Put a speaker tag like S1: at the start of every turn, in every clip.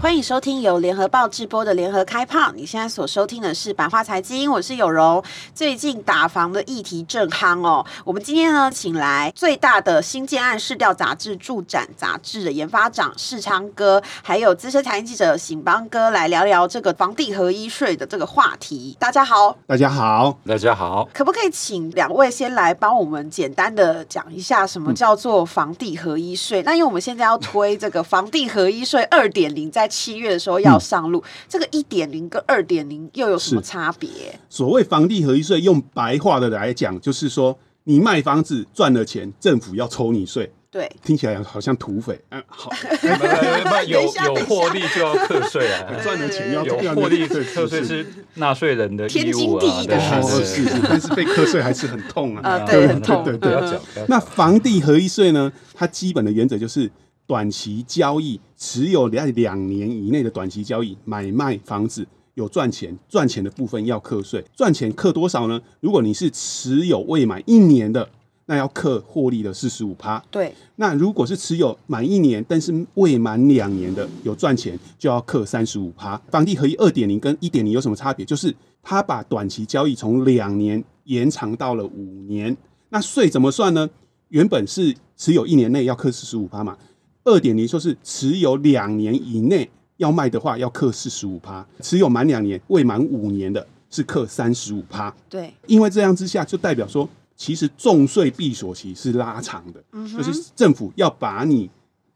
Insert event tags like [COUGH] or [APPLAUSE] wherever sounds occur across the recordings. S1: 欢迎收听由联合报直播的联合开炮。你现在所收听的是白话财经，我是有容。最近打房的议题正夯哦，我们今天呢，请来最大的新建案市调杂志驻展杂志的研发长世昌哥，还有资深财经记者醒邦哥来聊聊这个房地合一税的这个话题。大家好，
S2: 大家好，
S3: 大家好，
S1: 可不可以请两位先来帮我们简单的讲一下什么
S2: 嗯
S1: 叫做房地合一税？那因为我们现在要推这个房地合一
S2: [LAUGHS]
S1: 税二点零，在七月的时候要上路，这个一点零跟二点零又有什么
S2: 嗯是
S1: 差别？
S2: 所谓房地合一税，用白话的来讲，就是说你卖房子赚了钱，政府要抽你税，
S1: 对，
S2: 听起来好像土匪。嗯、好，
S3: 有
S1: 等一下
S3: 有获利就要课税啊，
S2: [LAUGHS] 赚了钱要
S3: 有
S2: 要
S3: 获利
S2: 对
S3: 课税
S2: 是
S3: 是纳税人的义务
S1: 天经地
S3: 啊，
S1: 义的
S3: 对
S2: 哦，
S1: 事
S2: 是
S1: 情
S2: 是，但是被课税还是很痛
S3: 嗯
S2: 啊。
S1: 呃对
S2: 对
S1: 很痛嗯
S2: 对对
S3: 不
S2: 对
S3: 要讲。不要讲
S2: 那房地合一税呢？它基本的原则就是短期交易，持有在两年以内的短期交易买卖房子有赚钱，赚钱的部分要课税。赚钱课多少呢？如果你是持有未满一年的，那要课获利的四十五趴。
S1: 对，
S2: 那如果是持有满一年，但是未满两年的有赚钱，就要课三十五趴。房地合一二点零跟一点零有什么差别？就是它把短期交易从两年延长到了五年。那税怎么算呢？原本是持有一年内要课四十五趴嘛，二点零说是持有两年以内要卖的话要课四十五趴，持有满两年未满五年的是课三十五趴。
S1: 对，
S2: 因为这样之下，就代表说，其实重税闭锁期是拉长的，
S1: 嗯
S2: 就是政府要把你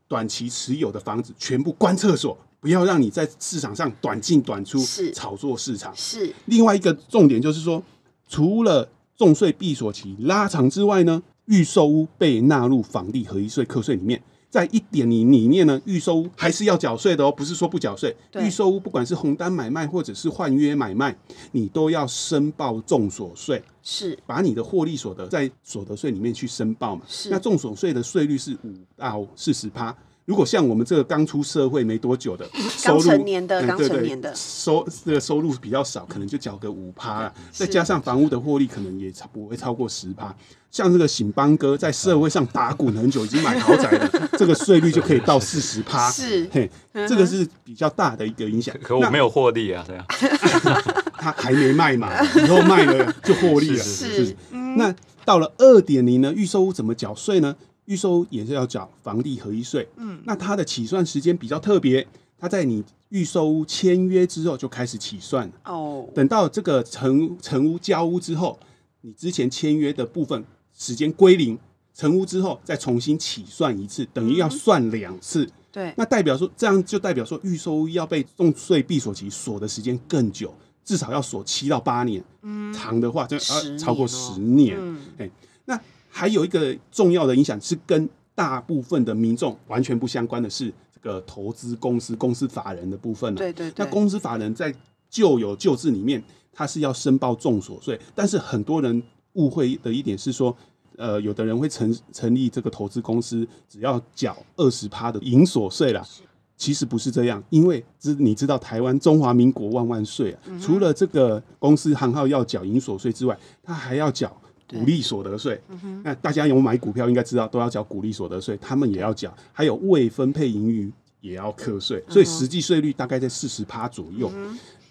S2: 短期持有的房子全部关厕所，不要让你在市场上短进短出
S1: 是，
S2: 炒作市场。
S1: 是，
S2: 另外一个重点就是说，除了重税闭锁期拉长之外呢，预售屋被纳入房地合一税课税里面。在一点零里面呢，预售屋还是要缴税的哦，不是说不缴税。
S1: 对
S2: 预售屋不管是红单买卖或者是换约买卖，你都要申报重所税，
S1: 是，
S2: 把你的获利所得在所得税里面去申报嘛。
S1: 是
S2: 那重所税的税率是五到四十趴。如果像我们这个刚出社会没多久的，收入
S1: 成年的嗯
S2: 嗯
S1: 刚
S2: 对
S1: 成
S2: 对
S1: 年的
S2: 收这个收入比较少，可能就缴个五趴啦，
S1: 是
S2: 再加上房屋的获利可能也差不会超过十趴。像这个醒邦哥在社会上打滚很久，已经买豪宅
S1: [LAUGHS]
S2: 了，这个税率就可以到四十趴。
S1: 是嗯
S2: 嘿，这个是比较大的一个影响。
S3: 可我
S2: 那
S3: 没有获利啊，这
S1: [LAUGHS]
S3: 样
S2: 他还没卖嘛，以后卖了就获利了。
S3: 是
S1: 是是
S2: 那到了二点零呢，预售屋怎么缴税呢？预售屋也是要缴房地合一税。嗯，那它的起算时间比较特别，它在你预售屋签约之后就开始起算了。
S1: 哦，
S2: 等到这个成成屋交屋之后，你之前签约的部分时间归零，成屋之后再重新起算一次，等于要算两次。
S1: 对，
S2: 那代表说，这样就代表说，预售屋要被重税闭锁期锁的时间更久，至少要锁七到八年，长的话就
S1: 10
S2: 要超过
S1: 年哦
S2: 十年。
S1: 嗯，
S2: 那还有一个重要的影响是跟大部分的民众完全不相关的是这个投资公司、公司法人的部分哦了。
S1: 对对
S2: 那
S1: 对，
S2: 公司法人在旧有旧制里面，他是要申报重所税，但是很多人误会的一点是说，呃，有的人会成成立这个投资公司，只要缴二十趴的营所税啦。其实不是这样，因为知你知道台湾中华民国万万岁啊，除了这个公司行号要缴营所税之外，他还要缴股利所得税。
S1: 嗯
S2: 那大家有买股票应该知道，都要缴股利所得税，他们也要缴，还有未分配盈余也要课税，所以实际税率大概在四十趴左右。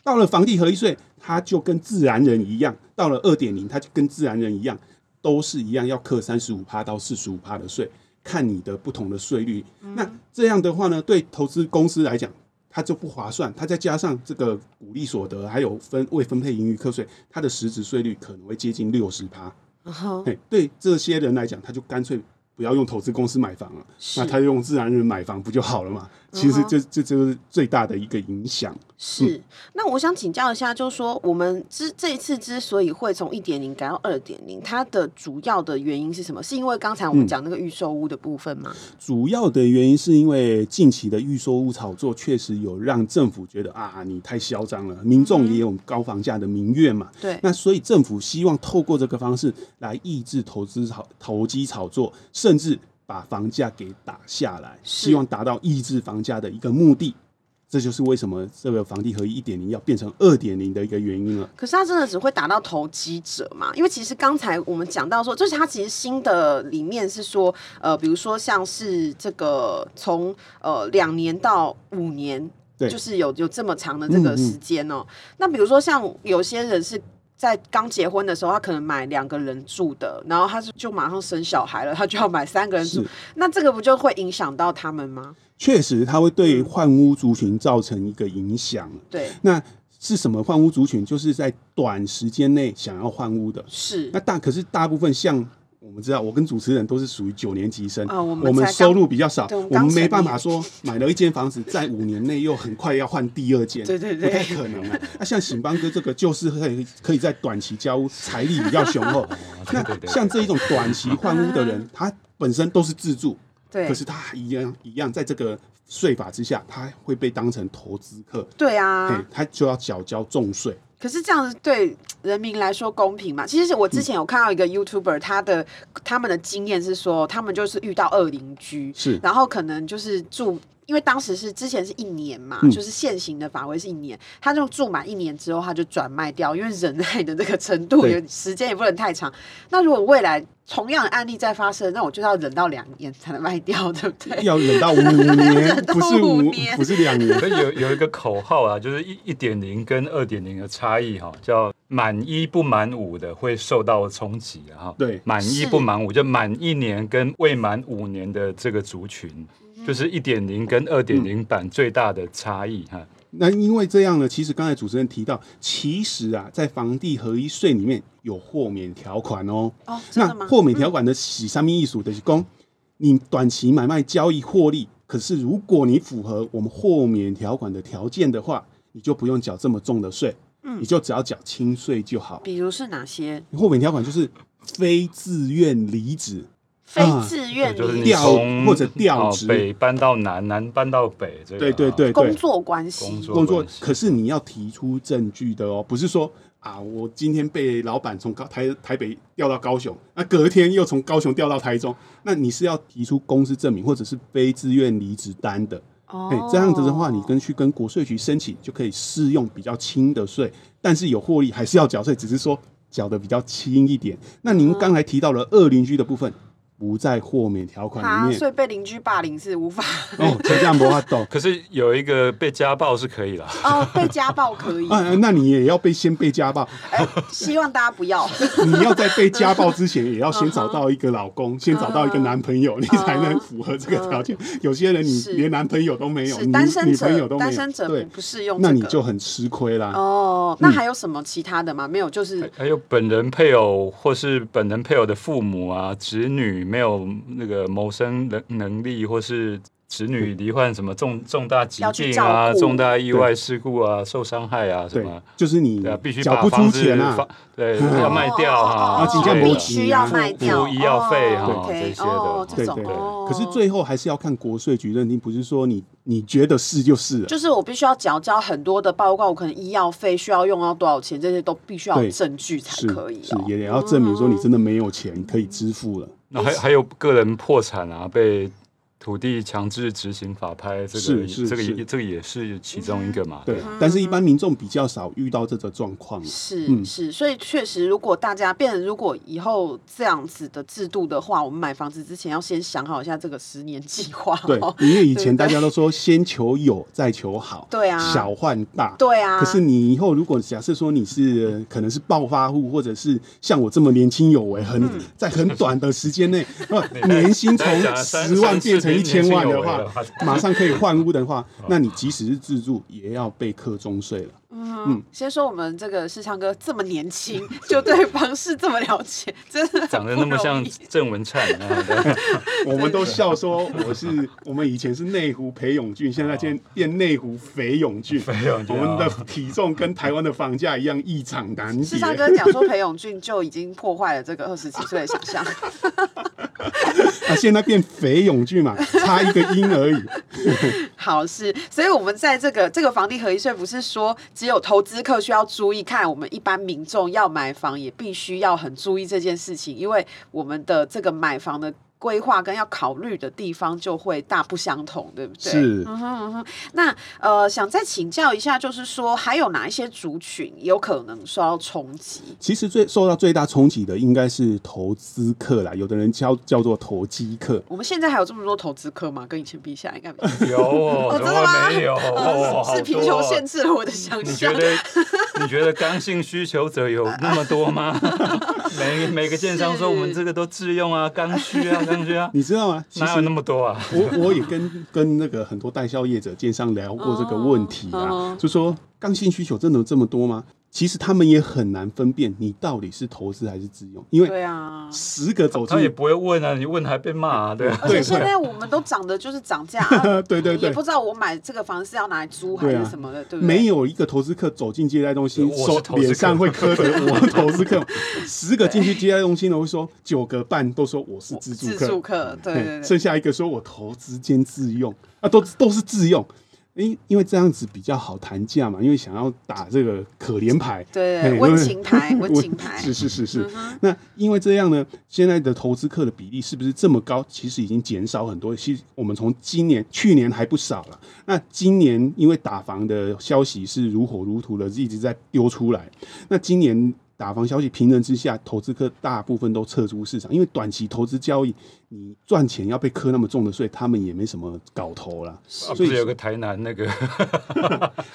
S2: 到了房地合一税，它就跟自然人一样，到了二点零，它就跟自然人一样，都是一样要课三十五趴到四十五趴的税，看你的不同的税率。那这样的话呢，对投资公司来讲，它就不划算。它再加上这个股利所得，还有分未分配盈余课税，它的实质税率可能会接近六十趴。
S1: 嗯哼
S2: 嘿，对这些人来讲，他就干脆不要用投资公司买房了，
S1: 是嗯
S2: 那他用自然人买房不就好了嘛？其实这这就是最大的一个影响。
S1: 是，那我想请教一下，就是说我们之这一次之所以会从一点零改到二点零，它的主要的原因是什么？是因为刚才我们讲那个预售屋的部分吗？
S2: 主要的原因是因为近期的预售物炒作确实有让政府觉得啊，你太嚣张了，民众也有高房价的民怨嘛。
S1: 对，
S2: 那所以政府希望透过这个方式来抑制投资炒投机炒作，甚至把房价给打下来，
S1: 是
S2: 希望达到抑制房价的一个目的。这就是为什么这个房地合一一点零要变成二点零的一个原因了。
S1: 可是它真的只会打到投机者嘛？因为其实刚才我们讲到说，就是它其实新的里面是说，呃，比如说像是这个从呃两年到五年，
S2: 对
S1: 就是有有这么长的这个
S2: 嗯嗯
S1: 时间哦、那比如说像有些人是。在刚结婚的时候，他可能买两个人住的，然后他就就马上生小孩了，他就要买三个人住
S2: 是，
S1: [LAUGHS] 那这个不就会影响到他们吗？
S2: 确实，它会
S1: 嗯
S2: 对换屋族群造成一个影响。
S1: 对，
S2: 那是什么换屋族群？就是在短时间内想要换屋的。
S1: 是
S2: 那大可是大部分像我们知道，我跟主持人都是属于九年级生
S1: 啊我们才
S2: 收
S1: 刚
S2: 入比较少，
S1: 对我
S2: 我
S1: 们刚
S2: 们没
S1: 成
S2: 办法
S1: 年
S2: 说买了一间房子，在五年内又很快要换第二间，
S1: 对对
S2: 不太
S1: 对
S2: 可能啊。那像醒邦哥这个，就是可以可以在短期交屋，财力比较雄厚。
S1: 哦
S3: 对对
S2: 那
S3: 对
S2: 像这一种短期换屋的人，他本身都是自住，
S1: 对
S2: 可，是他一样一样在这个税法之下，他会被当成投资客，
S1: 对
S2: 嘿
S1: 啊，
S2: 他就要缴交重税。
S1: 可是这样子对人民来说公平嘛？其实
S2: 嗯
S1: 我之前有看到一个 YouTuber，他的他们的经验是说，他们就是遇到恶邻居，
S2: 是
S1: 然后可能就是住。因为当时是之前是一年嘛，
S2: 嗯
S1: 就是现行的法规是一年，他就住满一年之后他就转卖掉，因为忍耐的这个程度
S2: 对
S1: 有时间也不能太长。那如果未来同样的案例再发生，那我就要忍到两年才能卖掉， [LAUGHS] 对不对？
S2: 要忍到五年，
S1: 到
S2: 不是
S1: 五
S2: 五
S1: 年，
S2: 不是两年。
S3: 所以有有一个口号啊，就是一一点零跟二点零的差异哈、叫满一不满五的会受到冲击啊哈。
S2: 对
S3: 满一
S1: 是
S3: 不满五，就满一年跟未满五年的这个族群，就是一点零跟二点零版最大的差异哈。
S2: 那因为这样呢，其实刚才主持人提到，其实啊，在房地合一税里面有豁免条款哦。
S1: 哦，真
S2: 那
S1: 的吗？
S2: 豁免条款的洗三密艺术的是公，你短期买卖交易获利，可是如果你符合我们豁免条款的条件的话，你就不用缴这么重的税，
S1: 嗯
S2: 你就只要缴轻税就好。
S1: 比如是哪些
S2: 豁免条款就是非自愿离职，
S1: 非
S2: 啊
S1: 自愿
S3: 就是
S1: 离
S3: 你
S1: 职
S2: 调
S3: 从
S2: 或者调
S3: 哦
S2: 职
S3: 北搬到南，南搬到北，这个
S2: 对对
S3: 啊
S2: 对
S1: 工
S2: 对，
S1: 作关系，
S3: 工作
S2: 工作
S3: 关系，
S2: 可是你要提出证据的哦，不是说啊，我今天被老板从高台台北调到高雄，那隔天又从高雄调到台中，那你是要提出公司证明或者是非自愿离职单的。
S1: 哦
S2: 嘿，哎这样子的话，你跟去跟国税局申请就可以适用比较轻的税，但是有获利还是要缴税，只是说缴的比较轻一点。那您刚才提到了二邻居的部分，不在豁免条款
S1: 啊，
S2: 里面
S1: 所以被邻居霸凌是无法 [LAUGHS]
S2: 哦，这样不法懂。
S3: 可是有一个被家暴是可以啦。 [LAUGHS]
S1: 哦，被家暴可以，
S2: 啊，那你也要被先被家暴，
S1: 希望大家不
S2: [LAUGHS]
S1: 要。
S2: 你要在被家暴之前，也要先找到一个老公，先找到
S1: 嗯
S2: 一个男朋友，你才能符合这个条件。有些人你
S1: 是
S2: 连男朋友都没有，
S1: 是
S2: 你
S1: 单身
S2: 女朋友
S1: 者，
S2: 都没
S1: 单身
S2: 有，
S1: 者
S2: 对
S1: 不，不适用这
S2: 那
S1: 个。
S2: 你就嗯很吃亏啦。
S1: 哦，那还有什么其他的吗？没有，就是
S3: 还有本人配偶或是本人配偶的父母啊，子女没有那个谋生能能力，或是子女罹患什么重重大疾
S1: 要去
S3: 病
S1: 照
S3: 啊、
S1: 顾
S3: 重大意外事故啊、受伤害啊什
S2: 对
S3: 么，，
S2: 就是你
S3: 对啊，必须
S2: 缴
S3: 把
S2: 不出
S3: 房子
S2: 钱啊
S3: 发，对，要卖掉
S1: 哦哦哦
S3: 啊，
S2: 啊
S1: 哦
S2: 请假
S3: 之类的
S2: 没
S1: 必
S2: 有请
S1: 须要
S2: 付
S1: 卖
S3: 付
S1: 掉，
S3: 医药费
S1: 哦
S3: 哈
S1: OK，
S3: 这些的
S1: 哦这
S2: 对
S1: 种
S2: 对对
S1: 哦。
S2: 可是最后还是要看国税局认定，不是说你你觉得是就是了。
S1: 就是我必须要缴交很多的报告，我可能医药费需要用到多少钱，这些都必须要有
S2: 对
S1: 证据才
S2: 是
S1: 可以
S2: 是
S1: 哦。
S2: 也要证明说你真的没有钱可以支付了。
S3: 那还还有个人破产啊，被土地强制执行法拍，这个
S2: 是是
S3: 这个
S2: 是嗯
S3: 也这个也是其中一个嘛，
S2: 对，但是一般民众比较少遇到这个状况了。
S1: 嗯是
S2: 嗯
S1: 是，所以确实，如果大家变成如果以后这样子的制度的话，我们买房子之前要先想好一下这个十年计划、
S2: 对
S1: 哦。， [LAUGHS]
S2: 因为以
S1: 对
S2: 前
S1: 不对
S2: 大家都说先求有再求好，
S1: 对啊
S2: 小换大，
S1: 对啊
S2: 可是你以后如果假设说你是
S3: 嗯
S2: 呃可能是暴发户，或者是像我这么年轻有为，很、
S3: 嗯
S2: 在很短的时
S3: [LAUGHS]
S2: 间内，呃年薪从
S3: 你在讲了三
S2: 十万
S3: 三四
S2: 变成一
S3: 年
S2: 千
S3: 轻
S2: 万
S3: 有
S2: 的
S3: 为哦
S2: 话
S3: 了，
S2: 马上可以换屋的话，那你即使是自住，也要被课中税
S3: [LAUGHS]
S2: 了。嗯
S1: 先说我们这个世昌哥这么年轻，就对房市这么了解，真的很
S3: 长得
S1: 不
S3: 那么
S1: 容
S3: 像
S1: 易
S3: 郑文灿啊，对
S2: 我们都笑说
S3: [LAUGHS]
S2: 我是我们以前是内湖裴永俊，现在变变内湖肥永俊，
S3: 哦肥永哦俊
S2: 我们的体重跟台湾的房价一样异常难跌。
S1: 世昌哥讲说裴勇俊就已经破坏了这个二十几岁的想象。 [LAUGHS]
S2: 啊，现在变肥永
S3: [LAUGHS]
S2: 俊嘛，差一个音而已。
S1: 好是，所以我们在这个这个房地合一税，不是说只有投资客需要注意，看我们一般民众要买房也必须要很注意这件事情，因为我们的这个买房的规划跟要考虑的地方就会大不相同，对不对？
S2: 是
S1: 嗯哼嗯哼。那呃，想再请教一下，就是说还有哪一些族群有可能受到冲击？
S2: 其实最受到最大冲击的应该是投资客啦，有的人叫叫做投机客。
S1: 我们现在还有这么多投资客吗？跟以前比起来，应该没有。
S3: 有
S1: 哦
S3: 哦，怎
S1: 真的吗
S3: 么没有？哦，好
S1: 是贫穷
S3: 多
S1: 限制了我的想
S3: 你觉
S1: 象。
S3: 得你觉得刚性需求者有那么多吗？每每个建商说
S1: 是
S3: 我们这个都自用啊，刚需啊，刚需啊，
S2: 你知道吗？其
S3: 哪有那
S2: 实
S3: 么多啊？
S2: 我我也跟跟那个很多代销业者、建商聊过这个问题
S1: 哦
S2: 啊，就说刚性需求真的有这么多吗？其实他们也很难分辨你到底是投资还是自用，因为
S1: 对啊。
S2: 十个走
S3: 他也
S2: 进，
S3: 不会问啊，你问还被骂啊，对啊
S1: 而且
S2: 对
S1: 现
S2: 会
S1: 在我们都涨的就是涨价、啊
S2: 对对
S1: 也
S2: 对
S1: 不，知道我买这个房子是要拿来租还
S2: 对
S1: 是
S2: 啊
S1: 什么的，对不对？
S2: 没有一个投资客走进接待中心
S3: 我，是
S2: 手
S3: 投资客
S2: 脸上会磕着我投资客，十个进去接待中心的会说九个半都说我是自住
S1: 自
S2: 客，
S1: 助客，对
S2: 嘿
S1: 对对
S2: 剩。下一个说我投资兼自用啊，都都是自用，因因为这样子比较好谈价嘛，因为想要打这个可怜牌，
S1: 对
S2: 嘿
S1: 对，温情牌，温情牌，
S2: 是是是是
S1: 嗯。哼
S2: 那因为这样呢，现在的投资客的比例是不是这么高？其实已经减少很多。其实我们从今年、去年还不少了。那今年因为打房的消息是如火如荼的，一直在丢出来。那今年打房消息平衡之下，投资客大部分都撤出市场，因为短期投资交易，你赚钱要被磕那么重的税，他们也没什么搞头了。
S3: 啊不
S2: 所以
S3: 是有个台南那个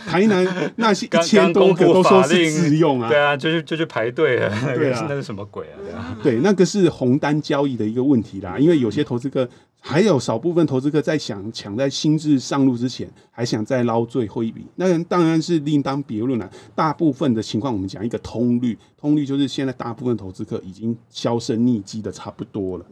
S2: 台南那些一
S3: 刚刚
S2: 千多
S3: 公
S2: 个都
S3: 布
S2: 说
S3: 法
S2: 是
S3: 令，
S2: 自用啊
S3: 对，啊，就去就去排队了，那
S2: 对
S3: 个 [LAUGHS]
S2: 啊
S3: 是那是什么鬼啊？对啊，
S2: 对，那个是红单交易的一个问题啦，因为有些投资客，还有少部分投资客在想抢在新制上路之前，还想再捞最后一笔，那当然是另当别论了。大部分的情况，我们讲一个通率，通率就是现在大部分投资客已经销声匿迹的差不多了。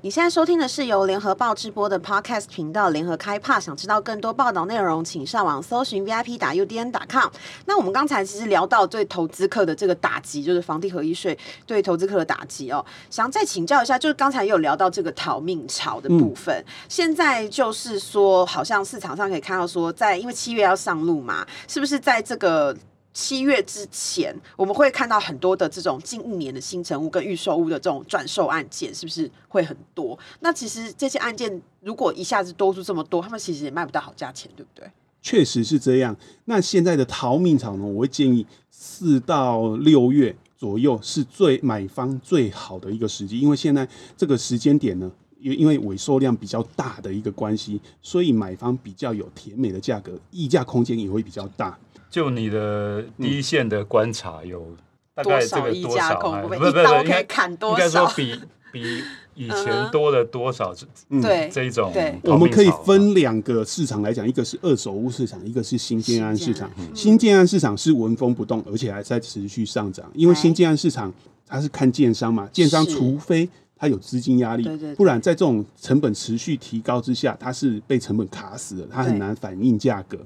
S1: 你现在收听的是由联合报直播的 Podcast 频道联合开帕。想知道更多报道内容，请上网搜寻 VIP 打 UDN 打 com。那我们刚才其实聊到对投资客的这个打击，就是房地合一税对投资客的打击哦。想再请教一下，就是刚才也有聊到这个逃命潮的部分，现在就是说，好像市场上可以看到说，在因为七月要上路嘛，是不是在这个七月之前，我们会看到很多的这种近一年的新成屋跟预售屋的这种转售案件，是不是会很多？那其实这些案件如果一下子多出这么多，他们其实也卖不到好价钱，对不对？
S2: 确实是这样。那现在的逃命场呢，我会建议四到六月左右是最买方最好的一个时机，因为现在这个时间点呢。因因为萎缩量比较大的一个关系，所以买方比较有甜美的价格，溢价空间也会比较大。
S3: 就你的第一线的观察有大
S1: 多
S3: 概
S1: 少
S3: 这个
S1: 溢
S3: 多
S1: 价
S3: 少？
S1: 恐
S3: 哎
S1: 怖
S3: 不
S1: 被
S3: 是不是
S1: 嗯一刀
S3: 不是
S1: 可以
S3: 应该
S1: 砍多
S3: 应该说
S1: 少
S3: 比
S1: [LAUGHS]
S3: 比以
S1: 嗯哼
S3: 前多了多少？这
S2: 嗯
S1: 对，
S3: 这一种
S1: 对
S3: 逃
S2: 我们
S3: 命
S2: 可以
S3: 潮
S2: 分两个市场来讲，一个是二手屋市场，一个是新建安市场
S1: 新建。安
S2: 新建安市场是纹风不动，而且还在持续上涨，因为
S1: 哎
S2: 新建安市场它是看建商嘛，建商
S1: 是
S2: 除非它有资金压力
S1: 对对对，
S2: 不然在这种成本持续提高之下，它是被成本卡死的，它很
S1: 对
S2: 难反映价格。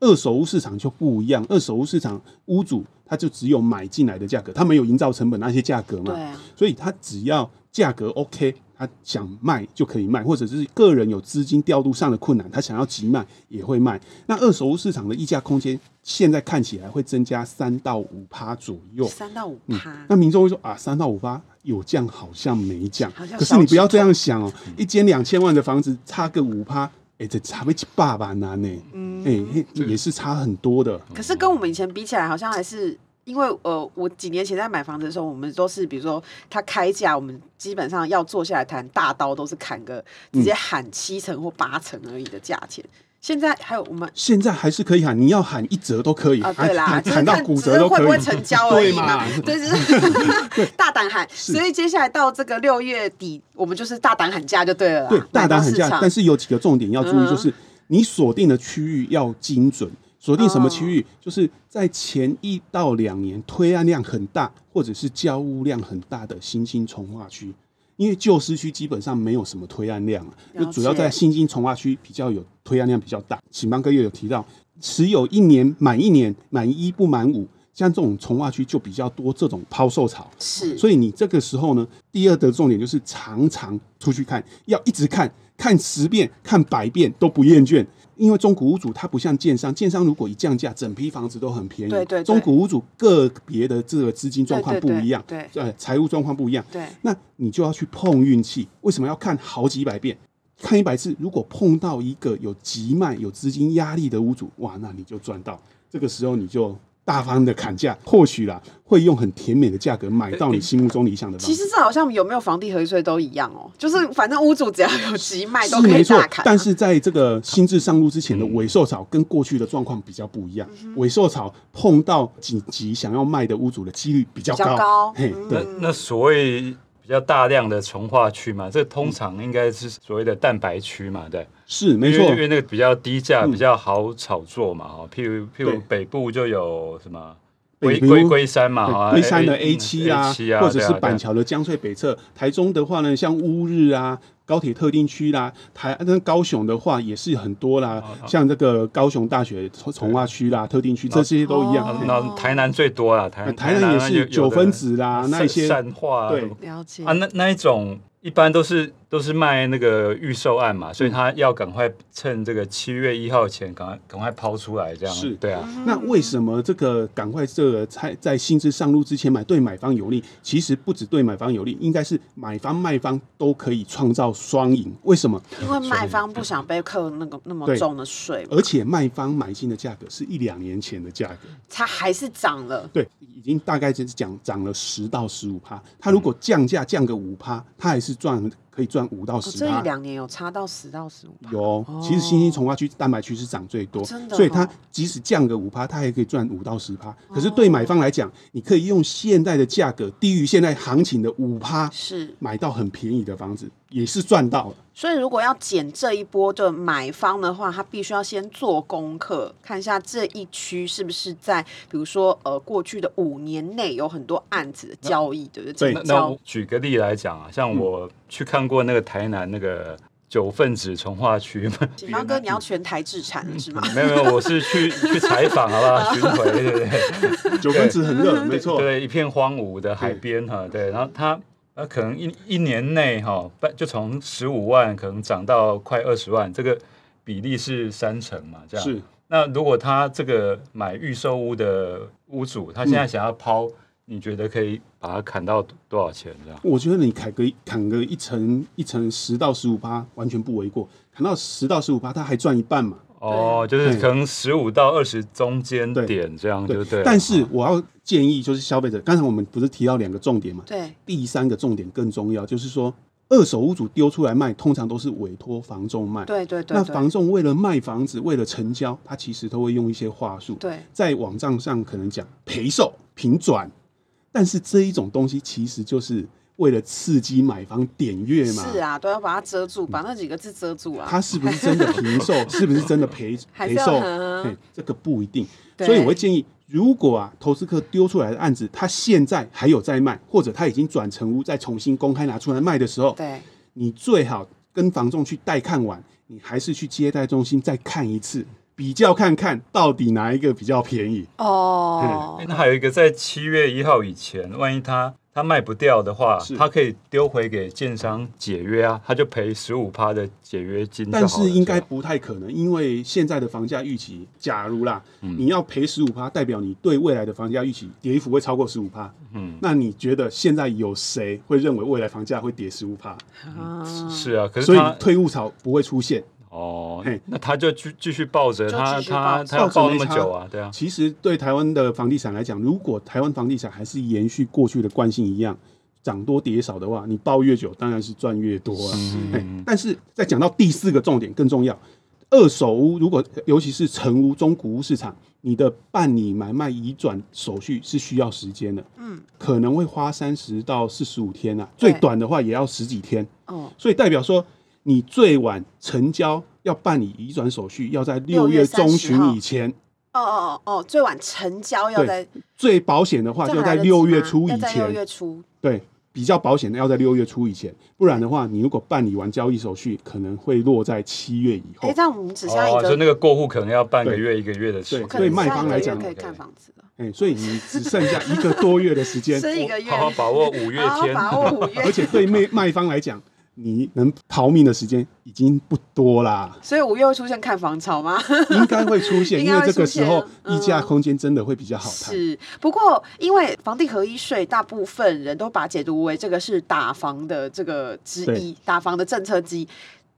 S2: 二手屋市场就不一样，二手屋市场屋主他就只有买进来的价格，他没有营造成本那些价格嘛，
S1: 对啊，
S2: 所以他只要价格 OK，他想卖就可以卖，或者是个人有资金调度上的困难，他想要急卖也会卖。那二手屋市场的溢价空间现在看起来会增加三到五趴左右。
S1: 三到五趴，
S2: 那民众会说啊，三到五趴有降好像没降
S1: 好像，
S2: 可是你不要这样想哦，一间两千万的房子差个五趴，哎、这差不多爸爸难呢，
S1: 嗯
S2: 哎、嘿也是差很多的。
S1: 可是跟我们以前比起来，好像还是因为呃，我几年前在买房子的时候，我们都是比如说他开价，我们基本上要坐下来谈大刀，都是砍个直接喊七成或八成而已的价钱。现在还有我们
S2: 现在还是可以喊，你要喊一折都可以，
S1: 啊，
S2: 喊
S1: 对啦，
S2: 喊
S1: 就是
S2: 喊到
S1: 看
S2: 骨
S1: 只
S2: 折
S1: 是
S2: 都可
S1: 会
S2: 以，
S1: 不会成交而
S2: 对
S1: 已嘛
S2: 嘛？
S1: [LAUGHS] 对，就是大胆喊。所以接下来到这个六月底，我们就是大胆喊价就对了啦。
S2: 对，大胆喊
S1: 买
S2: 价，
S1: 方
S2: 但
S1: 市场嗯
S2: 是有几个重点要注意，就是你锁定的区域要精准。锁定什么区
S1: 哦
S2: 域？就是在前一到两年推案量很大，或者是交屋量很大的新兴从化区，因为旧市区基本上没有什么推案量啊，
S1: 了解
S2: 就主要在新兴从化区比较有推案量比较大。请邦哥又有提到，持有一年满一年，满一不满五，像这种从化区就比较多这种抛售潮，
S1: 是，
S2: 所以你这个时候呢，第二的重点就是常常出去看，要一直看，看十遍、看百遍都不厌倦。因为中古屋主他不像建商，建商如果一降价，整批房子都很便宜。
S1: 对对对
S2: 中古屋主个别的这个资金状况
S1: 对对
S2: 不
S1: 对
S2: 一样，
S1: 对
S2: 呃，财务状况不一样，
S1: 对
S2: 那你就要去碰运气。为什么要看好几百遍？看一百次，如果碰到一个有急卖、有资金压力的屋主，哇，那你就赚到。这个时候你就大方的砍价，或许啦，会用很甜美的价格买到你心目中理想的房
S1: 其
S2: 子。
S1: 实这好像有没有房地合一税都一样哦，就是反正屋主只要有急卖都
S2: 是
S1: 可以
S2: 没错
S1: 大，砍啊、嗯
S2: 但是在这个新制上路之前的尾售潮跟过去的状况比较不一样。尾售潮碰到紧急想要卖的屋主的几率比较
S1: 比
S2: 高，
S1: 较高嗯
S2: 嘿，
S3: 那
S2: 对，
S3: 那所谓比较大量的从化区嘛，这通常应该是所谓的蛋白区嘛，对，
S2: 是没
S3: 因为
S2: 错
S3: 因，为那个比较低价，
S2: 嗯
S3: 比较好炒作嘛，哈，譬如譬
S2: 对
S3: 如北部就有什么。
S2: 北
S3: 龟
S2: 部
S3: 龟龟山嘛，哈，
S2: 龟山的 A
S3: A
S2: 七
S3: 哎 A
S2: 啊
S3: 七，啊，
S2: 或者
S3: 对啊
S2: 是
S3: 对啊
S2: 板桥的江翠北侧，台中的话呢，像乌日啊。高铁特定区啦，台那高雄的话也是很多
S3: 啊
S2: 啦，像这个高雄大学从从化区啦、特定区这些都一样。
S1: 哦
S2: 嘿
S3: 那台南最多啊，台
S2: 呃台南也
S3: 有
S2: 是九分子啦，那一些
S3: 善化啊
S2: 对
S3: 什么
S1: 了解
S3: 啊，那那一种一般都是都是卖那个预售案嘛，
S2: 嗯
S3: 所以他要赶快趁这个七月一号前，赶快赶快抛出来，这样
S2: 是
S3: 对啊，
S2: 那为什么这个赶快这个在在新制上路之前买对买方有利？其实不止对买方有利，应该是买方卖方都可以创造双赢。为什么？
S1: 因为卖方不想被扣那个那么
S2: 对
S1: 重的税嘛，
S2: 而且卖方买进的价格是一两年前的价格，
S1: 它还是涨了。
S2: 对，已经大概就是讲涨了十到十五
S1: 嗯
S2: 趴。它如果降价降个五趴，它还是赚可以赚五到
S1: 哦、
S2: 十
S1: 这
S2: 趴
S1: 一。两年有差到十到十五，
S2: 有哦，其实新兴从化区、蛋白区是涨最多，
S1: 真的
S2: 所以它
S1: 哦
S2: 即使降个五趴，它还可以赚五到十趴。可是对买方来讲，你可以用现在的价格低于现在行情的五趴，
S1: 是。
S2: 买到很便宜的房子，也是赚到了。
S1: 所以如果要减这一波的买方的话，他必须要先做功课，看一下这一区是不是在，比如说呃过去的五年内有很多案子的交易，对不对？
S2: 对
S3: 那
S1: 成
S3: 那
S1: 交
S3: 我举个例来讲啊，
S2: 嗯
S3: 像我去看过那个台南那个九份子从化区，
S1: 警方哥，你要全台制产了是
S2: 嗯
S1: 吗？
S3: [LAUGHS] 没有没有，我是去去采访好不好？巡回对对对。
S2: 九分子很热，啊 [LAUGHS] 没错，
S3: 对，一片荒芜的海边哈，对，然后它呃可能一一年内哈，半就从十五万可能涨到快二十万，这个比例是三成嘛，
S1: 啊
S3: 这样
S2: 是。
S3: 那如果他这个买预售屋的屋主，他现在想要抛，你觉得可以把它砍到多少钱这样？
S2: 我觉得你砍个砍个一层一层十到十五趴，完全不为过。砍到十到十五趴，它还赚一半嘛。
S3: 哦，就是
S2: 对
S3: 可能十五到二十中间
S2: 对
S3: 点这样就对了。
S2: 但是
S3: 哦
S2: 我要建议就是消费者，刚才我们不是提到两个重点嘛？
S1: [LAUGHS] 对，
S2: 第三个重点更重要，就是说二手屋主丢出来卖，通常都是委托房仲卖。
S1: 对对对
S2: 那
S1: 对
S2: 房仲为了卖房子，为了成交，他其实都会用一些话术。
S1: 对，
S2: 在网站上可能讲陪售、平转，但是这一种东西其实就是为了刺激买方点阅嘛。
S1: 是啊，都要把它遮住，把那几个字遮住啊。
S2: 他是不是真的平售，是不是真的赔
S1: [LAUGHS] 还是
S2: 赔
S1: 要
S2: 售
S1: 衡，
S2: 嘿这个不一定。
S1: 对
S2: 所以我会建议，如果啊投资客丢出来的案子，他现在还有在卖，或者他已经转成屋，再重新公开拿出来卖的时
S1: [LAUGHS]
S2: 候，
S1: 对，
S2: 你最好跟房仲去带看完，你还是去接待中心再看一次，比较看看到底哪一个比较便宜。
S1: 哦
S3: 诶，
S2: 嗯
S3: 那还有一个，在七月一号以前，万一他他卖不掉的话
S2: 是，
S3: 他可以丢回给建商解约啊，他就赔十五趴的啊解约金就好了。
S2: 但是应该
S3: 吧
S2: 不太可能，因为现在的房价预期，假如啦，
S3: 嗯
S2: 你要赔十五趴，代表你对未来的房价预期跌幅会超过十五趴。嗯，那你觉得现在有谁会认为未来房价会跌十五趴？
S1: 啊
S3: 是啊，可是
S2: 所以
S3: 他
S2: 退务潮不会出现。
S3: 哦
S2: 嘿，
S3: 那他就继继续抱着
S1: 就
S3: 他
S1: 继续抱着
S3: 他他要
S2: 抱
S3: 抱
S2: 着
S3: 那
S2: 没
S3: 么
S2: 差
S3: 久啊，对啊，
S2: 其实对台湾的房地产来讲，如果台湾房地产还是延续过去的惯性一样，涨多跌少的话，你抱越久当然是赚越多啊。嘿但是再讲到第四个重点更重要，二手屋如果尤其是成屋、中古屋市场，你的办理买卖移转手续是需要时间的，嗯，可能会花三十到四十五天啊，
S1: 对
S2: 最短的话也要十几天。
S1: 哦，
S2: 所以代表说，你最晚成交要办理移转手续，要在
S1: 6
S2: 六
S1: 月
S2: 月中
S1: 30
S2: 旬
S1: 号
S2: 以前。
S1: 哦哦哦，最晚成交要
S2: 对
S1: 在
S2: 最保险的话，
S1: 这
S2: 就
S1: 样来
S2: 在
S1: 得及吗
S2: 六月初以
S1: 要在六月
S2: 前，
S1: 初
S2: 对，比较保险的要在六月初以前，不然的话，你如果办理完交易手续，可能会落在七月以
S1: 哎、
S2: 后
S1: 这。样我们只剩下一
S3: 哦，
S1: 个，
S3: 就那个过户可能要半个
S2: 对
S3: 月一个月的时
S2: 对
S3: 间，
S1: 我可
S2: 对
S1: 能只
S2: 卖
S1: 剩下
S2: 方
S1: 一个
S2: 来
S1: 月
S2: 讲
S1: 可以看房子了。
S2: 哎，所以你只剩下一个多月的时
S1: [LAUGHS]
S2: 间，
S1: 生一个月，
S3: 好好把握五月
S1: 好好
S3: 天，
S1: 把握五
S2: [LAUGHS] 而
S1: 月。，
S2: 且对卖卖方来讲，你能逃命的时间已经不多啦
S1: [LAUGHS] 所以五月会出现看房潮吗？
S2: 应该会出现，
S1: 应
S2: 因
S1: 该会
S2: 为这个
S1: 出
S2: 时候
S1: 现
S2: 溢价
S1: 嗯
S2: 空间真的会比较好谈。
S1: 是，不过因为房地合一税，大部分人都把解读为这个是打房的这个之一，打房的政策之一。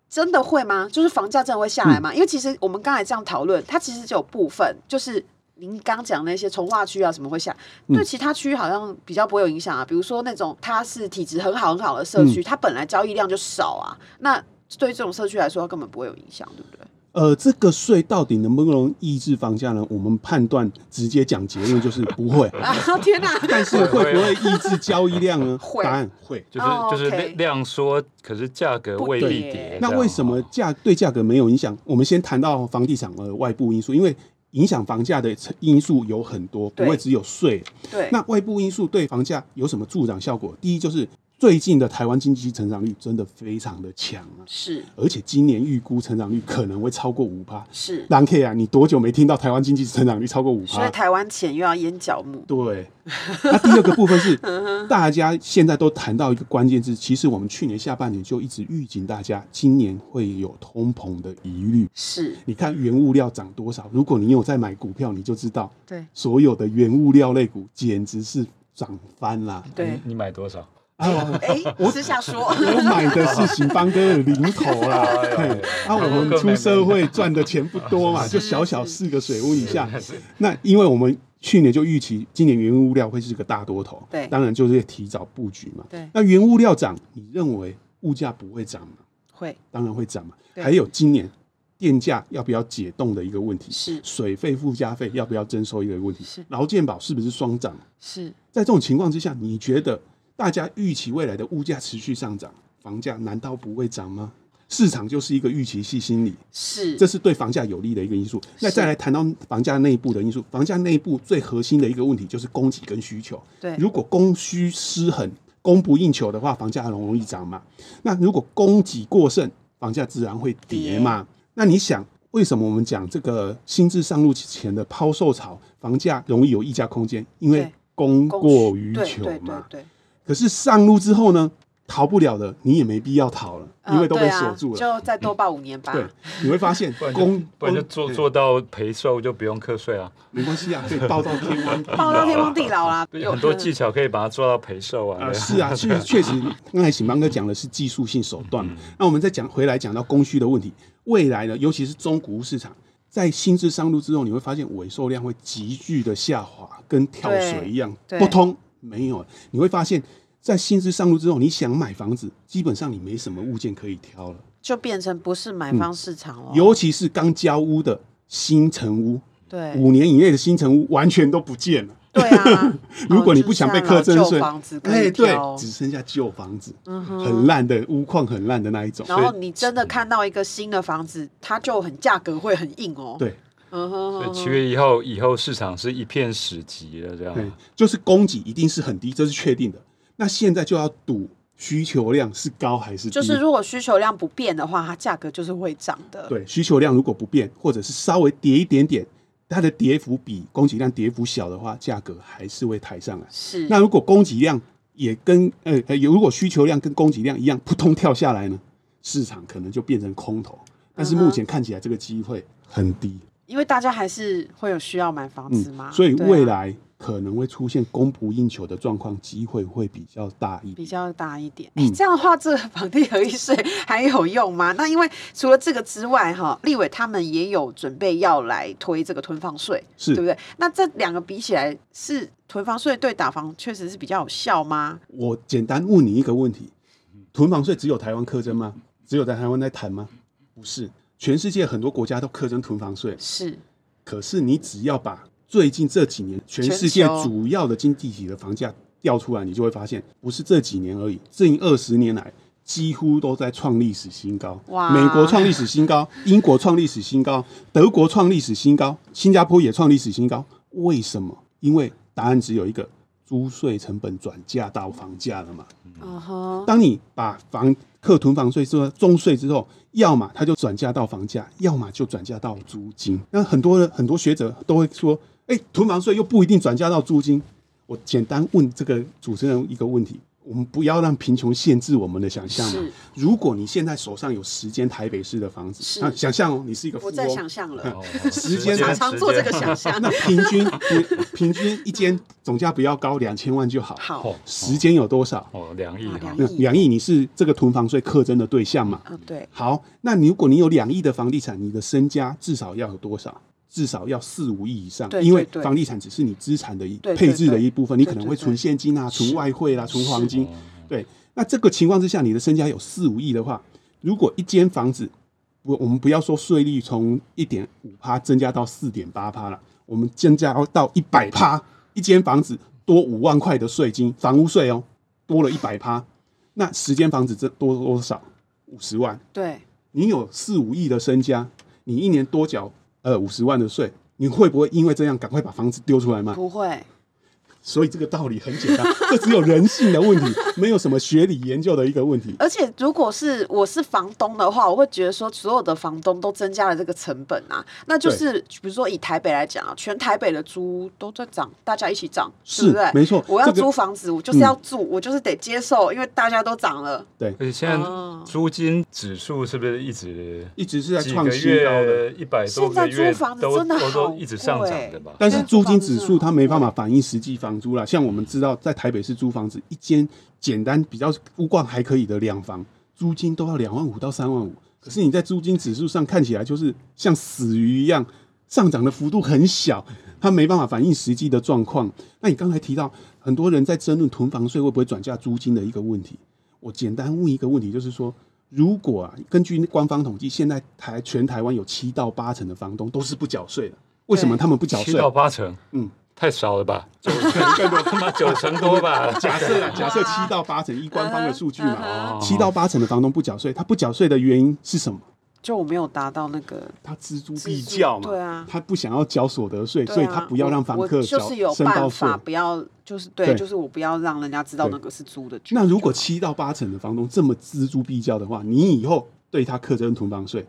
S1: 真的会吗？就是房价真的会下来
S2: 嗯
S1: 吗？因为其实我们刚才这样讨论，它其实只有部分，就是您刚讲那些从化区啊什么会下，
S2: 嗯
S1: 对其他区好像比较不会有影响啊。比如说那种它是体质很好很好的社
S2: 嗯
S1: 区，它本来交易量就少啊，那对于这种社区来说，它根本不会有影响，对不对？，
S2: 呃，这个税到底能不能抑制房价呢？我们判断直接讲结论就是不会
S1: [LAUGHS] 啊天哪！
S2: 但是会不会抑制交易量呢？
S1: 会
S2: 答案会。
S3: 就是
S1: 哦
S3: 就是
S1: OK
S3: 量量缩，可是价格
S1: 不
S3: 未必
S1: 跌
S3: 跌。
S2: 那
S3: 这样
S2: 为什么
S3: 哦
S2: 价对价格没有影响？我们先谈到房地产的外部因素，因为影响房价的因素有很多，不
S1: 对
S2: 会只有税。
S1: 对，
S2: 那外部因素对房价有什么助长效果？第一就是最近的台湾经济成长率真的非常的强啊，
S1: 是
S2: 而且今年预估成长率可能会超过五趴。
S1: 是，
S2: 兰 K 啊，你多久没听到台湾经济成长率超过五
S1: 所以
S2: 趴？
S1: 台湾钱又要淹脚木。
S2: 对，那第二个部分是，大家现在都谈到一个关键字，其实我们去年下半年就一直预警大家，今年会有通膨的疑虑。
S1: 是，
S2: 你看原物料涨多少？如果你有在买股票，你就知道
S1: 对
S2: 所有的原物料类股简直是涨翻啦。
S1: 对
S3: 你。你买多少？
S2: 啊，
S1: 哎，我只想
S2: [LAUGHS]
S1: 说，
S2: 我买的是醒方哥的零头啦
S3: 哎呦，
S2: 嘿啊，我们出社会赚的钱不
S3: [LAUGHS]
S2: 多嘛，就小小四个水温以下。那因为我们去年就预期今年原物料会是个大多头，
S1: 对
S2: 当然就是提早布局嘛。
S1: 对
S2: 那原物料涨，你认为物价不会涨吗？
S1: 会
S2: 当然会涨嘛。
S1: 对
S2: 还有今年电价要不要解冻的一个问题，
S1: 是
S2: 水费附加费要不要征收一个问题，
S1: 是
S2: 劳健保是不是双涨？
S1: 是
S2: 在这种情况之下，你觉得大家预期未来的物价持续上涨，房价难道不会涨吗？市场就是一个预期系心理，
S1: 是，
S2: 这是对房价有利的一个因素。那再来谈到房价内部的因素，房价内部最核心的一个问题就是供给跟需求。
S1: 对
S2: 如果供需失衡，供不应求的话，房价很容易涨嘛。那如果供给过剩，房价自然会跌嘛。那你想，为什么我们讲这个新制上路前的抛售潮，房价容易有溢价空间？因为
S1: 对
S2: 供
S1: 供
S2: 过
S1: 需
S2: 于
S1: 对
S2: 求
S1: 对
S2: 嘛。
S1: 对对，
S2: 可是上路之后呢，逃不了的，你也没必要逃了，因为
S1: 嗯
S2: 都
S1: 对
S2: 被
S1: 啊
S2: 锁住了。
S1: 就再多报五年吧。
S2: 对，你会发现
S3: [LAUGHS] 不然就
S2: 供
S3: 不然就
S2: 供
S3: 做
S2: 哦对
S3: 做到赔售就不用课税啊，
S2: 没关系啊，可以报到天荒地
S1: 报到天
S2: 老啊
S1: 荒地老啦，
S3: 对很多技巧可以把它做到赔售啊。
S2: 啊，
S3: 对
S2: 是啊，确确实，刚才醒邦哥讲的是技术性手段嘛。那我们再讲回来讲到供需的问题，未来呢，尤其是中古屋市场，在新制上路之后，你会发现尾售量会急剧的下滑，跟跳水一样，
S1: 对对
S2: 不通没有。你会发现在新制上路之后，你想买房子，基本上你没什么物件可以挑了，
S1: 就变成不是
S2: 嗯
S1: 买方市场了。
S2: 尤其是刚交屋的新城屋，
S1: 对
S2: 五年以内的新城屋完全都不见了。，
S1: 对啊
S2: [LAUGHS] 如果你不想被课
S1: 哦
S2: 征
S1: 就是像老
S2: 税
S1: 旧房子，可
S2: 哎，
S1: 以
S2: 对
S1: 挑，
S2: 只剩下旧房子，
S1: 嗯哼
S2: 很烂的屋况，很烂的那一种。
S1: 然后你真的看到一个新的房子，它就很价格会很硬哦。，
S2: 对
S1: 嗯哼嗯
S3: 所以
S1: 哼，
S3: 七月一号以后市场是一片死寂了，这样。
S2: 对，哎就是供给一定是很低，这是确定的。那现在就要赌需求量是高还是低？
S1: 就是如果需求量不变的话，它价格就是会涨的。
S2: 对需求量如果不变，或者是稍微跌一点点，它的跌幅比供给量跌幅小的话，价格还是会抬上来。
S1: 是，
S2: 那如果供给量也跟呃呃，如果需求量跟供给量一样，扑通跳下来呢，市场可能就变成空头。但是目前看起来这个机会很低。
S1: 因为大家还是会有需要买房子嘛，
S2: 嗯所以
S1: 对啊
S2: 未来可能会出现供不应求的状况，机会会比较大一
S1: 比
S2: 点。
S1: 较大一点。
S2: 嗯
S1: 诶这样的话，这个房地合一税还有用吗？那因为除了这个之外，哈，立委他们也有准备要来推这个囤房税，
S2: 是
S1: 对不对？那这两个比起来，是囤房税对打房确实是比较有效吗？
S2: 我简单问你一个问题：囤房税只有台湾苛征吗？只有在台湾在谈吗？不是，全世界很多国家都苛征囤房税，
S1: 是
S2: 可是你只要把最近这几年全世界
S1: 全球
S2: 主要的经济体的房价调出来，你就会发现，不是这几年而已，近二十年来。几乎都在创历史新高，
S1: 哇
S2: 美国创历史新高，英国创历史新高，德国创历史新高，新加坡也创历史新高。为什么？因为答案只有一个：租税成本转嫁到房价了嘛。
S1: 嗯哼，
S2: 当你把房客囤房税说中税之后，要么它就转嫁到房价，要么就转嫁到租金。那很多的很多学者都会说，哎、哎、囤房税又不一定转嫁到租金。我简单问这个主持人一个问题：我们不要让贫穷限制我们的想象嘛
S1: 是？
S2: 如果你现在手上有十间台北市的房
S1: 是
S2: 子，啊想象哦，你是一个富
S1: 我在
S2: 翁
S1: 想，象了，
S3: 哦
S2: [LAUGHS] 时间
S1: 常常做这个想象。
S2: [LAUGHS] 那平均平平均一间总价不要高两千万就好。
S1: 好
S2: [LAUGHS]
S3: 哦，
S2: 十间有多少？
S3: 哦，两亿
S1: 啊
S3: 哈
S1: 两亿
S2: 那两亿，你是这个囤房税课征的对象嘛？
S1: 啊，对，
S2: 好，那你如果你有两亿的房地产，你的身家至少要有多少？至少要四五亿以上，
S1: 对
S2: 因为
S1: 对对
S2: 房地产只是你资产的一
S1: 对对
S2: 配置的一部分，你
S1: 对
S2: 可能
S1: 对
S2: 会
S1: 对
S2: 存现金啊、存
S1: 是
S2: 外汇啦、存黄金
S3: 哦。
S2: 对，那这个情况之下，你的身家有四五亿的话，如果一间房子，我我们不要说税率从一点五趴增加到四点八趴了，我们增加到一百趴，一间房子多五万块的税金，房屋税哦，多了一百趴，那十间房子这多多少？五十万。
S1: 对，
S2: 你有四五亿的身家，你一年多缴呃五十万的税，你会不会因为这样赶快把房子丢出来卖？
S1: 不会，
S2: 所以这个道理很
S1: [LAUGHS]
S2: 简单，这只有人性的问题，没有什么学理研究的一个问题。
S1: 而且如果是我是房东的话，我会觉得说所有的房东都增加了这个成本啊，那就是比如说以台北来讲啊，全台北的租屋都在涨，大家一起涨，
S2: 是
S1: 对不对？
S2: 没错
S1: 我要
S2: 这个嗯
S1: 租房子，我就是要住，我就是得接受，因为大家都涨了。
S3: 而且现
S1: 哦
S3: 在租金指数是不是一直
S2: 一直是在
S3: 几
S2: 创
S3: 个
S2: 新高的，
S3: 月一百多
S1: 现在
S3: 个月
S1: 租房子
S3: 都
S1: 真的
S3: 都
S1: 好欸
S3: 都一直上涨的吧？
S2: 但是租金指数它没办法反映实际房租啦。像我们知道，在台北市租房子，一间简单比较屋况还可以的两房，租金都要两万五到三万五。可是你在租金指数上看起来就是像死鱼一样，上涨的幅度很小，它没办法反映实际的状况。那你刚才提到，很多人在争论囤房税会不会转嫁租金的一个问题，我简单问一个问题，就是说，如果啊，根据官方统计，现在台全台湾有七到八成的房东都是不缴税的，为什么他们不缴
S3: 七
S2: 税？
S3: 到八成，
S2: 嗯，
S3: 太少了
S2: [LAUGHS]
S3: 吧？九成更多，他妈九成多吧？
S2: 假设啊，假设七到八成，依官方的数据
S3: 嗯
S2: 嘛，
S3: 哼
S2: 七到八成的房东不缴税，他不缴税的原因是什么？
S1: 就我没有达到那个，
S2: 他锱铢必较嘛，
S1: 锱铢对啊
S2: 他不想要缴所得税，
S1: 对啊
S2: 所以他不要让房客
S1: 我
S2: 缴
S1: 就是有
S2: 申报
S1: 办
S2: 税。
S1: 法，不要就是对，
S2: 对
S1: 就是我不要让人家知道
S2: 对
S1: 那个是租的就好。
S2: 那如果七到八成的房东这么锱铢必较的话，你以后对他课征囤房税，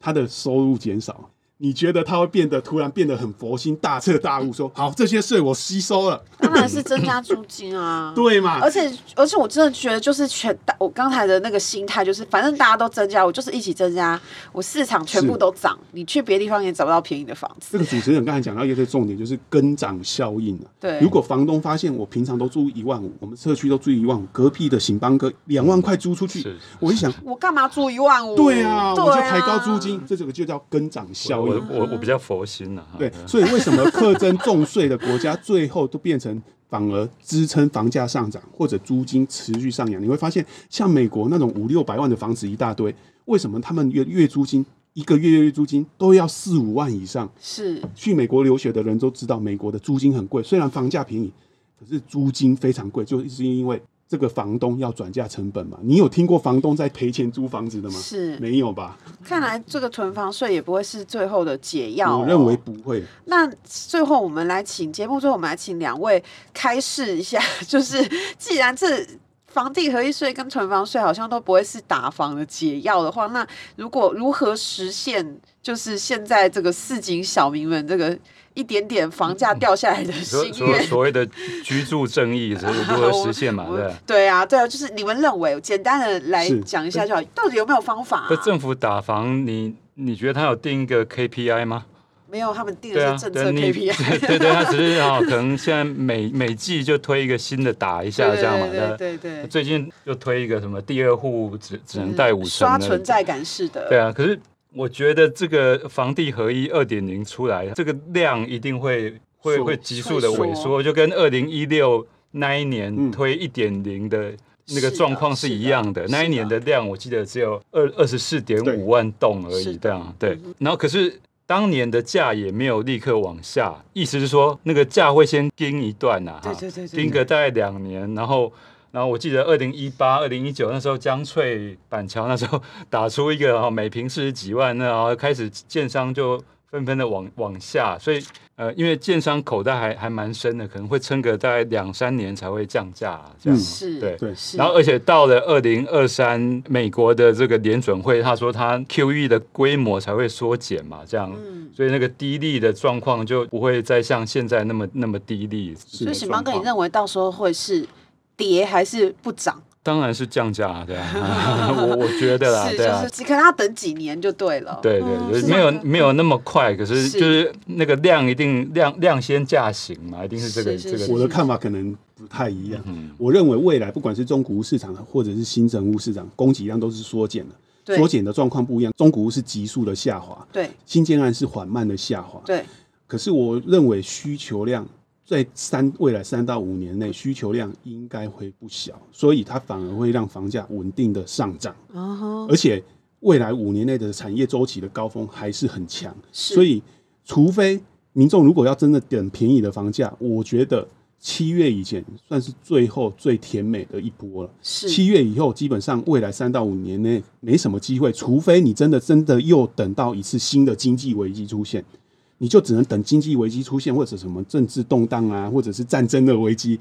S2: 他的收入减少，你觉得他会变得突然变得很佛心，大彻大悟说，好这些税我吸收了，。
S1: 当然是增加租金啊
S2: [LAUGHS] 对嘛
S1: 而？且而且我真的觉得，就是全大我刚才的那个心态，就是反正大家都增加，我就是一起增加，我市场全部
S2: 是
S1: 都涨，你去别的地方也找不到便宜的房子。
S2: 这个主持人刚才讲到一个重点，就是跟涨效应啊。
S1: 对，
S2: 如果房东发现我平常都租一万五，我们社区都租一万五，隔壁的醒邦哥两万块租出去
S3: 是，
S2: 我一想，
S1: 我干嘛租一万五？
S2: 对啊，我就
S1: 对啊
S2: 抬高租金，这这个就叫跟涨效
S3: 我
S2: 应。
S3: 我我比较佛心呐、啊，
S2: 对，所以为什么课征重税的国家最后都变成反而支撑房价上涨或者租金持续上扬？你会发现，像美国那种五六百万的房子一大堆，为什么他们月月租金一个月月租金都要四五万以上？
S1: 是
S2: 去美国留学的人都知道，美国的租金很贵，虽然房价便宜，可是租金非常贵，就是因为这个房东要转嫁成本嘛。你有听过房东在赔钱租房子的吗？
S1: 是，
S2: 没有吧？
S1: 看来这个囤房税也不会是最后的解药、哦
S2: 我认为。不会。
S1: 那最后我们来请节目最后我们来请两位开示一下，就是既然这房地合一税跟囤房税好像都不会是打房的解药的话，那如果如何实现就是现在这个市井小民们这个一点点房价掉下来的
S3: 所
S1: 心
S3: 所
S1: 愿？
S3: 所谓的居住正义，这是如何实现嘛？
S1: [LAUGHS] 我
S3: 对。
S1: 对啊，对啊，就是你们认为简单的来
S2: 是
S1: 讲一下就好，到底有没有方法、啊
S3: 那？政府打房，你你觉得他有定一个 KPI 吗？
S1: 没有，他们定
S3: 对
S1: 的
S3: 啊
S1: 是，政策
S3: 对你
S1: KPI。
S3: 对对对，他只是啊、哦，可能现在每每季就推一个新的打一下这样嘛。
S1: 对对
S3: 对
S1: 对对对，
S3: 最近又推一个什么第二户只只能贷五成的，
S1: 刷存在感式的，
S3: 对啊，可是我觉得这个房地合一二点零出来，这个量一定会会
S2: 缩
S3: 会急速的
S1: 会
S3: 萎
S1: 缩
S3: 缩，就跟二零一六那一年
S2: 嗯
S3: 推一点零的。那
S1: 是
S3: 个
S1: 的
S3: 状况是
S1: 是
S3: 一
S1: 的
S3: 样的，那
S1: 是
S3: 一年
S1: 的
S3: 的量我记得只有二二十四点
S2: 对
S3: 五万栋而
S1: 是的
S3: 已，
S1: 嗯
S3: 这样对。然后可是当年的价也没有立刻往下，意思是说那个价会先盯一段呐、啊，
S1: 对
S3: 哈
S1: 对对对
S3: 盯个大概两年，然后然后我记得二零一八、二零一九那时候，江 [LAUGHS] 翠板桥那时候打出一个哦每平四十几万，那然后开始建商就纷纷的往往下，所以呃，因为建商口袋还还蛮深的，可能会撑个大概两三年才会降价、这样。
S2: 嗯
S1: 是，
S3: 对
S2: 对
S1: 是
S3: 然后，而且到了二零二三，美国的这个联准会，他说他 QE 的规模才会缩减嘛，这样，
S1: 嗯
S3: 所以那个低利的状况就不会再像现在那么那么低利。
S2: 是
S1: 所以
S3: 的
S1: 史邦哥，
S3: 状
S1: 你
S3: 况
S1: 认为到时候会是跌还是不涨？
S3: 当然是降价啊，对 [LAUGHS] 啊，我我觉得啦，
S1: 是，
S3: 对
S1: 就
S3: 啊
S1: 是。只可能要等几年就对了。
S3: 对
S1: 嗯
S3: 对，就是是没有
S1: 这样
S3: 没有那么快，可是
S1: 是
S3: 就是那个量一定量量先价行嘛，一定是这个
S1: 是是
S3: 这
S1: 是
S3: 个
S2: 我的看法可能不太一样。
S3: 嗯
S2: 我认为未来不管是中古屋市场或者是新成屋市场，供给量都是缩减的。
S1: 对
S2: 缩减的状况不一样，中古屋是急速的下滑，
S1: 对
S2: 新建案是缓慢的下滑。
S1: 对，
S2: 可是我认为需求量在三未来三到五年内需求量应该会不小，所以它反而会让房价稳定的上涨，
S1: 嗯哼，
S2: 而且未来五年内的产业周期的高峰还是很强。
S1: 是
S2: 所以，除非民众如果要真的等便宜的房价，我觉得七月以前算是最后最甜美的一波了。
S1: 是
S2: 七月以后，基本上未来三到五年内没什么机会，除非你真的真的又等到一次新的经济危机出现，你就只能等经济危机出现，或者什么政治动荡啊，或者是战争的危机，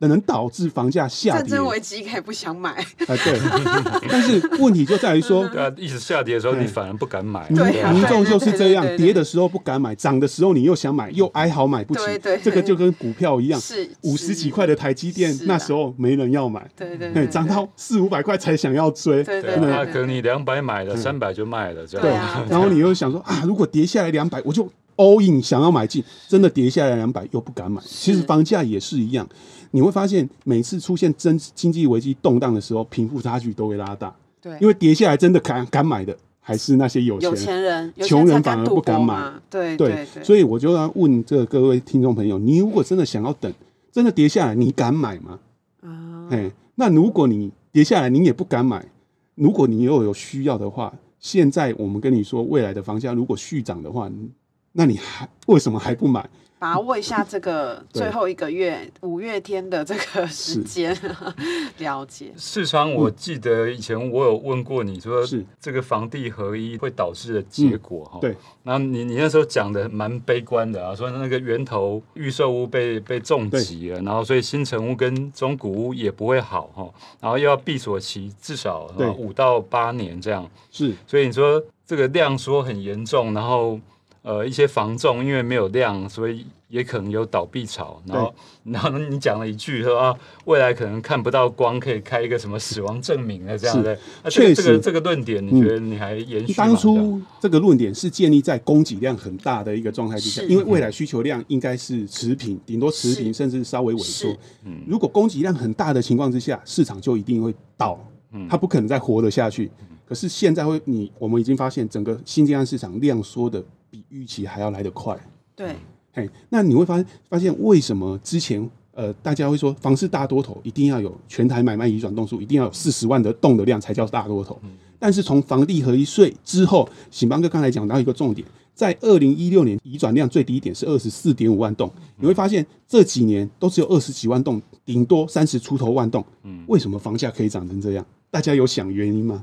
S2: 能导致房价下
S1: 战
S2: 跌。
S1: 争危机，应该不想买。
S2: 啊，对。但是问题就在于说，
S3: 对啊，一直下跌的时候，
S2: 对
S3: 你反而不敢买，
S1: [LAUGHS]
S2: 民
S1: 对啊
S2: 民众
S1: 对
S2: 就是这样
S1: 对对，对
S2: 跌的时候不敢买，涨的时候你又想买，又哀嚎买不起
S1: 对对对。
S2: 这个就跟股票一样，
S1: 是
S2: 五十几块的，台积电
S1: 是啊
S2: 那时候没人要买，
S1: 对对
S2: 哎
S1: 对，
S2: 涨到四五百块才想要追。
S1: 对
S3: 对
S1: 对
S3: 啊，
S1: 对
S3: 那
S1: 对，嗯
S3: 可能你两百买了，三百就卖了，这
S1: 对 [LAUGHS]
S3: 样。
S1: 啊
S2: 然后你又想说啊，如果跌下来两百，我就 all in 想要买进，真的跌下来两百又不敢买。其实房价也是一样，你会发现每次出现真经济危机动荡的时候，贫富差距都会拉大，
S1: 对，
S2: 因为跌下来真的敢敢买的还是那些有钱
S1: 有
S2: 人。
S1: 钱人，有
S2: 穷
S1: 钱
S2: 人
S1: 才
S2: 反而
S1: 赌
S2: 不敢
S1: 博
S2: 买
S1: 嘛。对
S2: 对，
S1: 对，
S2: 所以我就要问这个各位听众朋友，你如果真的想要等，真的跌下来，你敢买吗？
S1: 啊，
S2: 哎、那如果你跌下来，你也不敢买，如果你又有需要的话，现在我们跟你说，未来的房价如果续涨的话，你那你还为什么还不买？
S1: 把握一下这个
S2: [LAUGHS] 对
S1: 最后一个月五月天的这个时间， [LAUGHS] 了解。
S3: 市场，我记得以前我有问过你说
S2: 嗯是，嗯
S3: 这个房地合一会导致的结果哈、
S2: 对，
S3: 然后你你那时候讲的蛮悲观的啊，说那个源头预售屋被被重击了，然后所以新城屋跟中古屋也不会好哈、然后又要闭锁期至少
S2: 对
S3: 五到八年这样，
S2: 是
S3: 所以你说这个量缩很严重，然后呃一些房仲因为没有量，所以也可能有倒闭潮。然后然后你讲了一句说啊，未来可能看不到光，可以开一个什么死亡证明啊这样
S2: 是
S3: 的。啊、这个
S2: 确
S3: 这
S2: 实嗯
S3: 个这个论点，你觉得你还延续吗？
S2: 当初这个论点是建立在供给量很大的一个状态之下，
S1: 是
S2: 因为未来需求量应该是持平，顶多持平，
S1: 是
S2: 甚至稍微萎缩
S1: 是。
S3: 嗯
S2: 如果供给量很大的情况之下，市场就一定会倒，
S1: 嗯
S2: 它不可能再活得下去。可是现在会，你我们已经发现，整个新建案市场量缩的比预期还要来得快。
S1: 对，
S2: 嘿，哎那你会发现，发现为什么之前呃大家会说房市大多头一定要有全台买卖移转动数，一定要有四十万的动的量才叫大多头？但是从房地合一税之后，醒邦哥刚才讲到一个重点，在二零一六年移转量最低点是二十四点五万栋，你会发现这几年都只有二十几万栋，顶多三十出头万栋。为什么房价可以涨成这样？大家有想原因吗？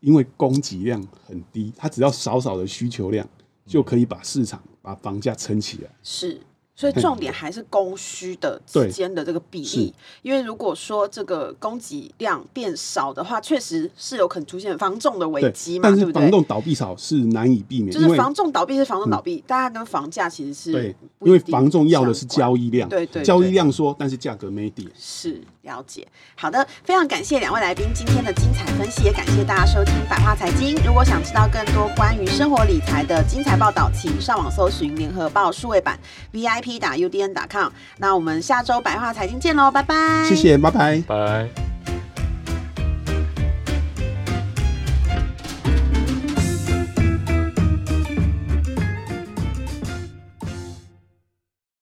S2: 因为供给量很低，它只要少少的需求量就可以把市场、把房价撑起来。
S1: 是。所以重点还是供需的
S2: 对
S1: 之间的这个比例
S2: 是，
S1: 因为如果说这个供给量变少的话，确实是有可能出现房仲的危
S2: 对
S1: 机，嘛，
S2: 但
S1: 对
S2: 是
S1: 不
S2: 房
S1: 对？
S2: 仲倒闭潮是难以避免，
S1: 就
S2: 因
S1: 是
S2: 为嗯
S1: 房仲倒闭是房仲倒闭，大家跟房价其实是
S2: 对，
S1: 不
S2: 因为
S1: 一定
S2: 房仲要的是
S1: 相关
S2: 交易量，
S1: 对对对
S2: 交易量说，但是价格没跌。
S1: 是了解，好的，非常感谢两位来宾今天的精彩分析，也感谢大家收听百话财经。如果想知道更多关于生活理财的精彩报道，请上网搜寻联合报数位版 VIP 打 UDN 打 com。那我们下周百话财经见喽，拜拜，
S2: 谢谢，拜拜。
S3: 拜。